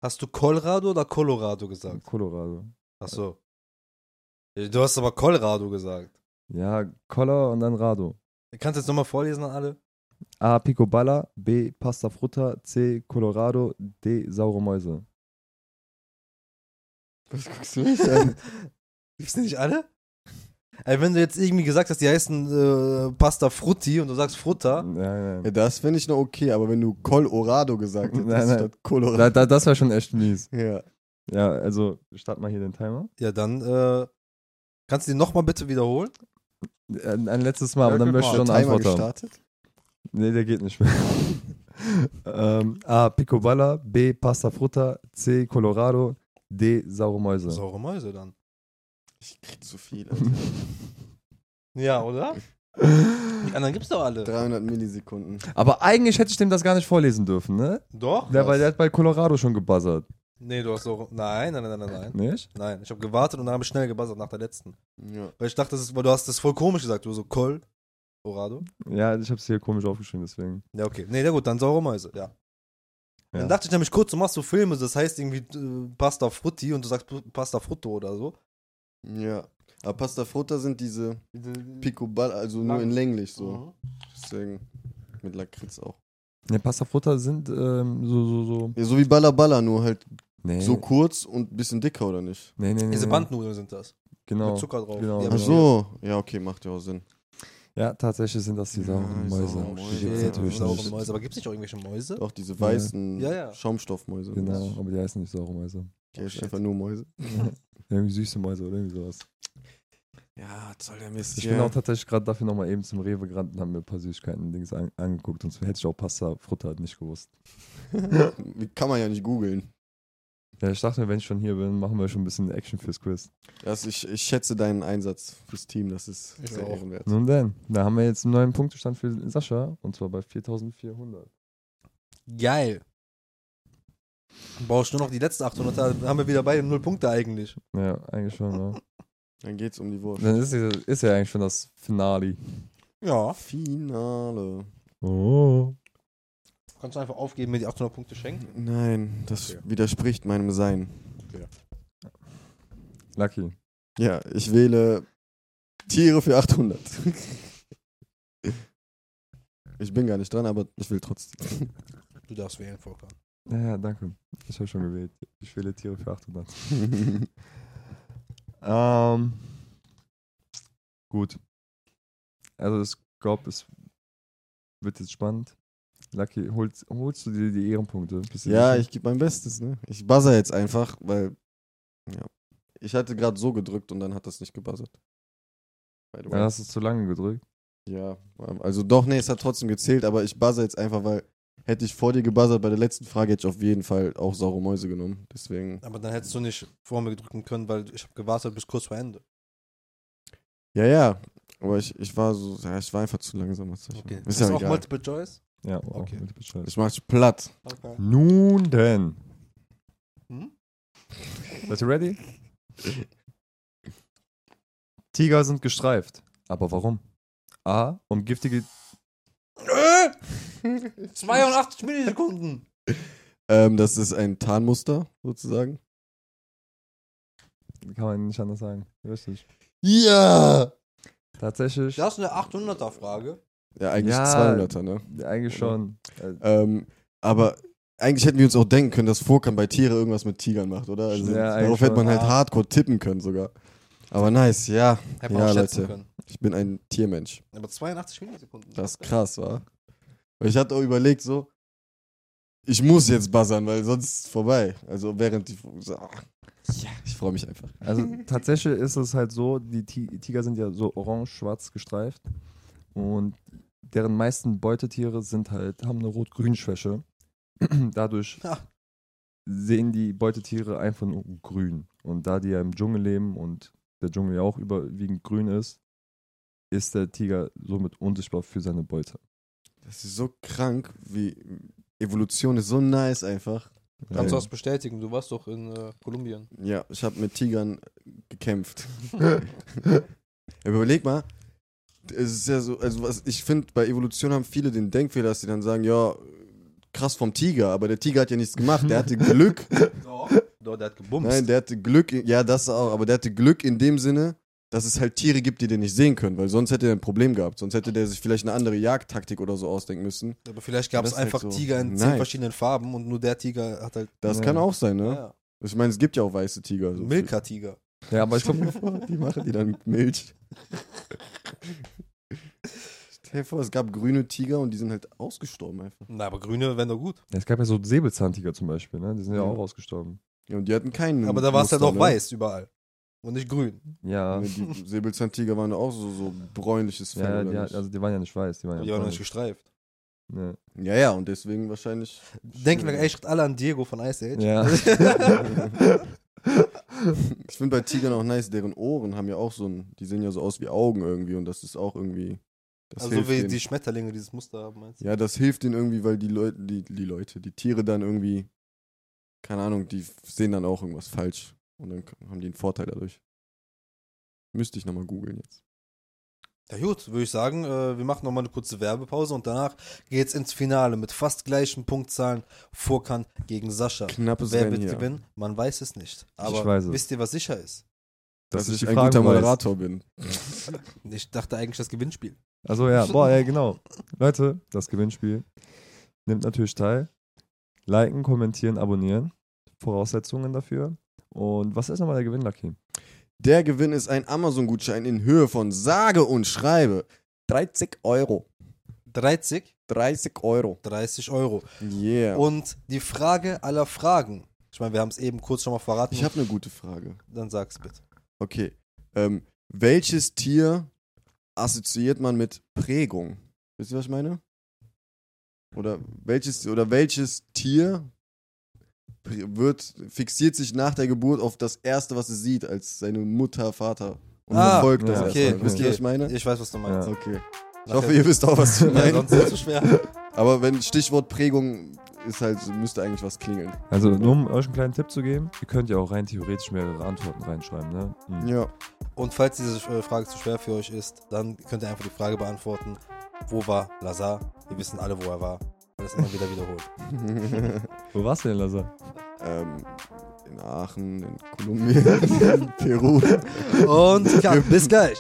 Speaker 1: Hast du Colorado oder Colorado gesagt?
Speaker 3: Colorado.
Speaker 1: Achso. Du hast aber Colorado gesagt.
Speaker 3: Ja, Color und dann Rado.
Speaker 1: Kannst du jetzt nochmal vorlesen an alle?
Speaker 3: A. Picoballa. B. Pasta Frutta. C. Colorado. D. Saure Mäuse.
Speaker 2: Was guckst du mich an?
Speaker 1: Gibt's die nicht alle? Ey, wenn du jetzt irgendwie gesagt hast, die heißen äh, Pasta Frutti und du sagst Frutta,
Speaker 3: Nein, nein.
Speaker 2: ja, das finde ich noch okay, aber wenn du Colorado gesagt hättest,
Speaker 3: Nein, nein.
Speaker 2: statt Colorado.
Speaker 3: Da, da, das war schon echt mies.
Speaker 2: Ja.
Speaker 3: Ja, also start mal hier den Timer.
Speaker 1: ja, dann äh, kannst du die nochmal bitte wiederholen?
Speaker 3: Äh, Ein, ein letztes Mal,
Speaker 1: Ja,
Speaker 3: aber dann
Speaker 1: guck
Speaker 3: möchte ich
Speaker 1: mal,
Speaker 3: schon eine
Speaker 2: Timer
Speaker 3: Antwort haben.
Speaker 2: gestartet?
Speaker 3: Nee, der geht nicht mehr. ähm, A. Picoballa, B. Pasta Frutta, C. Colorado, D. Saure Mäuse.
Speaker 1: Saure Mäuse dann.
Speaker 2: Ich krieg zu viel. Alter.
Speaker 1: Ja, oder? Die anderen gibt's doch alle.
Speaker 2: 300 Millisekunden.
Speaker 3: Aber eigentlich hätte ich dem das gar nicht vorlesen dürfen, ne?
Speaker 1: Doch?
Speaker 3: Der, weil der hat bei Colorado schon gebuzzert,
Speaker 1: Nee, du hast Saure. Nein, nein, nein, nein, nein.
Speaker 3: nicht?
Speaker 1: Nein, ich habe gewartet und dann habe ich schnell gebuzzert nach der letzten.
Speaker 2: Ja.
Speaker 1: Weil ich dachte, das ist, weil du hast das voll komisch gesagt. Du so Colorado.
Speaker 3: Ja, ich hab's hier komisch aufgeschrieben, deswegen.
Speaker 1: Ja, okay. Nee, na gut, dann Saure Mäuse, ja.
Speaker 3: Ja.
Speaker 1: Dann dachte ich nämlich kurz, du machst so Filme, das heißt irgendwie äh, Pasta Frutti und du sagst Pasta Frutto oder so.
Speaker 2: Ja. Aber Pasta Frutta sind diese Picoballa, also nur
Speaker 1: Lang-
Speaker 2: in länglich so.
Speaker 1: Mhm.
Speaker 2: Deswegen mit Lakritz auch.
Speaker 3: Ne, Pasta Frutta sind ähm, so, so, so.
Speaker 2: Ja, so wie Balla Balla, nur halt
Speaker 3: Nee.
Speaker 2: so kurz und ein bisschen dicker, oder nicht?
Speaker 3: nee, nee, nee, nee.
Speaker 1: Diese Bandnudeln sind das.
Speaker 3: Genau.
Speaker 1: Mit Zucker drauf.
Speaker 3: Genau.
Speaker 1: Die hab
Speaker 2: Ach
Speaker 1: ich
Speaker 2: so. Ja, okay, macht ja auch Sinn.
Speaker 3: Ja, tatsächlich sind das die
Speaker 2: Ja,
Speaker 3: sauren
Speaker 2: die
Speaker 3: Mäuse.
Speaker 2: sauren
Speaker 3: Die
Speaker 2: Mäuse.
Speaker 3: gibt's
Speaker 1: Shit,
Speaker 3: natürlich
Speaker 1: saure
Speaker 3: nicht.
Speaker 1: Mäuse. Aber gibt es nicht auch irgendwelche Mäuse?
Speaker 2: Auch diese weißen
Speaker 1: Ja, ja.
Speaker 2: Schaumstoffmäuse.
Speaker 3: Genau, aber die heißen nicht saure Mäuse.
Speaker 2: Die heißen
Speaker 1: Shit.
Speaker 2: einfach nur Mäuse.
Speaker 3: Irgendwie süße Mäuse oder irgendwie sowas.
Speaker 2: Ja, was soll der Mist.
Speaker 3: Ich
Speaker 2: hier?
Speaker 3: bin auch tatsächlich gerade dafür nochmal eben zum Rewe gerannt und habe mir ein paar Süßigkeiten Dings an, angeguckt, sonst hätte ich auch Pasta Frutta halt nicht gewusst.
Speaker 2: Wie Kann man ja nicht googeln.
Speaker 3: Ja, ich dachte mir, wenn ich schon hier bin, machen wir schon ein bisschen Action fürs Quiz.
Speaker 2: Das, ich, ich schätze deinen Einsatz fürs Team, das ist
Speaker 1: Ich
Speaker 2: sehr
Speaker 1: auch.
Speaker 2: ehrenwert.
Speaker 3: Nun denn, da haben wir jetzt einen neuen Punktestand für Sascha und zwar bei 4400.
Speaker 1: Geil. Brauchst du nur noch die letzten 800, da haben wir wieder beide null Punkte eigentlich.
Speaker 3: Ja, eigentlich schon, ne?
Speaker 2: Dann geht's um die Wurst.
Speaker 3: Dann ist, ja- ist ja eigentlich schon das Finale.
Speaker 1: Ja.
Speaker 2: Finale.
Speaker 3: Oh.
Speaker 1: Kannst du einfach aufgeben, mir die 800 Punkte schenken?
Speaker 2: Nein, das
Speaker 1: Okay.
Speaker 2: widerspricht meinem Sein.
Speaker 3: Lucky.
Speaker 2: Ja, ich wähle Tiere für 800. Ich bin gar nicht dran, aber ich will trotzdem.
Speaker 1: Du darfst wählen, Volker.
Speaker 3: Ja, ja, danke. Ich habe schon gewählt. Ich wähle Tiere für 800. Ähm, gut. Also ich glaube, es wird jetzt spannend. Lucky, holst, holst du dir die Ehrenpunkte? Bist du
Speaker 2: ja,
Speaker 3: sicher?
Speaker 2: ich gebe mein Bestes, ne? Ich buzzer jetzt einfach, weil. Ja. Ich hatte gerade so gedrückt und dann hat das nicht gebuzzert. By the way.
Speaker 3: Dann hast du zu lange gedrückt.
Speaker 2: Ja, also doch, nee, es hat trotzdem gezählt, aber ich buzzer jetzt einfach, weil hätte ich vor dir gebuzzert bei der letzten Frage, hätte ich auf jeden Fall auch saure Mäuse genommen. Deswegen.
Speaker 1: Aber dann hättest du nicht vor mir drücken können, weil ich habe gewartet bis kurz vor Ende.
Speaker 2: Ja, ja. Aber ich, ich war so, ja, ich war einfach zu langsam. Was soll ich machen? Ist
Speaker 1: Ist
Speaker 2: ja
Speaker 1: das auch
Speaker 2: egal.
Speaker 1: Multiple Choice?
Speaker 3: Ja, auch
Speaker 1: Okay.
Speaker 3: mit Bescheid.
Speaker 2: ich mach dich platt.
Speaker 1: Okay.
Speaker 3: Nun denn.
Speaker 1: Hm?
Speaker 3: Seid ihr ready? Tiger sind gestreift. Aber warum? A. Um giftige.
Speaker 1: 82 Äh? Millisekunden!
Speaker 2: Ähm, das ist ein Tarnmuster, sozusagen.
Speaker 3: Kann man nicht anders sagen. Richtig.
Speaker 2: Ja!
Speaker 3: Tatsächlich.
Speaker 1: Das ist eine 800er-Frage.
Speaker 2: Ja, eigentlich
Speaker 3: Ja.
Speaker 2: 200er, ne?
Speaker 3: Eigentlich schon. äh,
Speaker 2: Ähm, aber eigentlich hätten wir uns auch denken können, dass Vorkan bei Tiere irgendwas mit Tigern macht, oder? Also,
Speaker 3: Ja, eigentlich
Speaker 2: darauf hätte man
Speaker 1: schon.
Speaker 2: halt
Speaker 1: Ja.
Speaker 2: hardcore tippen können sogar. Aber nice, ja.
Speaker 1: Hätte man
Speaker 2: Ja,
Speaker 1: auch schätzen
Speaker 2: Leute.
Speaker 1: können.
Speaker 2: Ich bin ein Tiermensch.
Speaker 1: Aber 82 Millisekunden.
Speaker 2: Das ist krass, war. Ich hatte auch überlegt, so, ich muss jetzt buzzern, weil sonst ist es vorbei. Also während die. So, ja, ich freue mich einfach.
Speaker 3: Also tatsächlich ist es halt so, die Ti- Tiger sind ja so orange-schwarz gestreift und deren meisten Beutetiere sind halt, haben eine Rot-Grün-Schwäche. Dadurch
Speaker 1: Ha.
Speaker 3: sehen die Beutetiere einfach nur grün. Und da die ja im Dschungel leben und der Dschungel ja auch überwiegend grün ist, ist der Tiger somit unsichtbar für seine Beute.
Speaker 2: Das ist so krank, wie. Evolution ist so nice einfach.
Speaker 1: Kannst du
Speaker 3: Ähm,
Speaker 1: das bestätigen? Du warst doch in äh, Kolumbien.
Speaker 2: Ja, ich habe mit Tigern gekämpft. Aber überleg mal, es ist ja so, also was ich finde, bei Evolution haben viele den Denkfehler, dass sie dann sagen, ja, krass vom Tiger, aber der Tiger hat ja nichts gemacht, der hatte Glück.
Speaker 1: Doch, der hat gebumst.
Speaker 2: Nein, der hatte Glück, in- ja, das auch, aber der hatte Glück in dem Sinne, dass es halt Tiere gibt, die den nicht sehen können, weil sonst hätte er ein Problem gehabt. Sonst hätte der sich vielleicht eine andere Jagdtaktik oder so ausdenken müssen.
Speaker 1: Aber vielleicht gab
Speaker 2: Das
Speaker 1: es
Speaker 2: ist halt
Speaker 1: einfach
Speaker 2: so.
Speaker 1: Tiger in
Speaker 2: Nein.
Speaker 1: zehn verschiedenen Farben und nur der Tiger hat halt.
Speaker 2: Das
Speaker 3: Ja.
Speaker 2: kann auch sein, ne?
Speaker 1: Ja.
Speaker 2: Ich meine, es gibt ja auch weiße Tiger. also So
Speaker 1: Milka-Tiger.
Speaker 3: Ja, aber ich
Speaker 2: Stell
Speaker 3: glaube,
Speaker 2: dir vor, die machen die dann mit Milch. Stell dir vor, es gab grüne Tiger und die sind halt ausgestorben einfach.
Speaker 1: Na, aber Grüne wären doch gut.
Speaker 3: es gab ja so Säbelzahntiger zum Beispiel, ne? die sind ja,
Speaker 2: Ja.
Speaker 3: auch ausgestorben.
Speaker 2: Ja, und die hatten keinen.
Speaker 1: Aber da war es halt auch
Speaker 2: Muster, ne?
Speaker 1: weiß überall. Und nicht grün.
Speaker 3: Ja,
Speaker 2: Ne, Die Säbelzahntiger waren auch so, so bräunliches Fell.
Speaker 3: ja,
Speaker 2: oder
Speaker 3: die, hat-
Speaker 2: nicht?
Speaker 3: also die waren ja nicht weiß, die waren
Speaker 1: Aber
Speaker 3: ja,
Speaker 1: die waren noch
Speaker 3: braun.
Speaker 1: nicht gestreift.
Speaker 3: Nee.
Speaker 2: ja, ja, und deswegen wahrscheinlich.
Speaker 1: Denken wir echt alle an Diego von Ice Age.
Speaker 3: Ja.
Speaker 2: Ich finde bei Tigern auch nice, deren Ohren haben ja auch so ein. Die sehen ja so aus wie Augen irgendwie und das ist auch irgendwie. Das
Speaker 1: also so
Speaker 2: hilft
Speaker 1: wie
Speaker 2: denen.
Speaker 1: die Schmetterlinge dieses Muster haben, meinst du?
Speaker 2: Ja, das hilft denen irgendwie, weil die Leute, die, die Leute, die Tiere dann irgendwie, keine Ahnung, die sehen dann auch irgendwas falsch. Und dann k- haben die einen Vorteil dadurch. Müsste ich nochmal googeln jetzt.
Speaker 1: Ja gut, würde ich sagen, äh, wir machen nochmal eine kurze Werbepause und danach geht's ins Finale mit fast gleichen Punktzahlen. Vorkan gegen Sascha.
Speaker 2: Knappes
Speaker 1: Wer
Speaker 2: Rennen
Speaker 1: wird
Speaker 2: hier.
Speaker 1: gewinnen? Man weiß es nicht. Aber
Speaker 3: weiß es.
Speaker 1: wisst ihr, was sicher ist?
Speaker 2: Dass,
Speaker 3: Dass ich
Speaker 2: ich
Speaker 3: die
Speaker 2: ein
Speaker 3: Fragen
Speaker 2: guter
Speaker 3: weiß.
Speaker 2: Moderator bin.
Speaker 1: Ich dachte eigentlich das Gewinnspiel.
Speaker 3: Also ja, boah, ja, genau. Leute, das Gewinnspiel nimmt natürlich teil. Liken, kommentieren, abonnieren. Voraussetzungen dafür. Und was ist nochmal der Gewinn, Lucky?
Speaker 2: Der Gewinn ist ein Amazon-Gutschein in Höhe von sage und schreibe 30 Euro.
Speaker 1: 30,
Speaker 2: 30 Euro.
Speaker 1: 30 Euro.
Speaker 2: Yeah.
Speaker 1: Und die Frage aller Fragen. Ich meine, wir haben es eben kurz schon mal verraten.
Speaker 2: ich habe eine gute Frage.
Speaker 1: Dann sag's bitte.
Speaker 2: Okay. Ähm, welches Tier assoziiert man mit Prägung? Wisst ihr, was ich meine? Oder welches, oder welches Tier prä- wird, fixiert sich nach der Geburt auf das Erste, was es sieht, als seine Mutter, Vater und
Speaker 1: Ah,
Speaker 2: verfolgt das
Speaker 3: ja,
Speaker 2: erstmal.
Speaker 3: okay,
Speaker 2: Wisst ihr,
Speaker 1: okay.
Speaker 2: was ich meine?
Speaker 1: Ich weiß, was du meinst.
Speaker 2: Okay. Ich
Speaker 1: Nachher-
Speaker 2: hoffe, ihr wisst auch, was ich
Speaker 1: Ja,
Speaker 2: meine.
Speaker 1: sonst ist es zu schwer.
Speaker 2: Aber wenn Stichwort Prägung ist halt, müsste eigentlich was klingeln.
Speaker 3: Also nur um euch einen kleinen Tipp zu geben, ihr könnt ja auch rein theoretisch mehrere Antworten reinschreiben, ne? Mhm.
Speaker 2: Ja.
Speaker 1: Und falls diese äh, Frage zu schwer für euch ist, dann könnt ihr einfach die Frage beantworten: Wo war Lazar? Wir wissen alle, wo er war. Weil das immer wieder wiederholt.
Speaker 3: Wo warst du denn, Lazar?
Speaker 2: ähm, in Aachen, in Kolumbien, in Peru.
Speaker 1: Und Cut. bis gleich.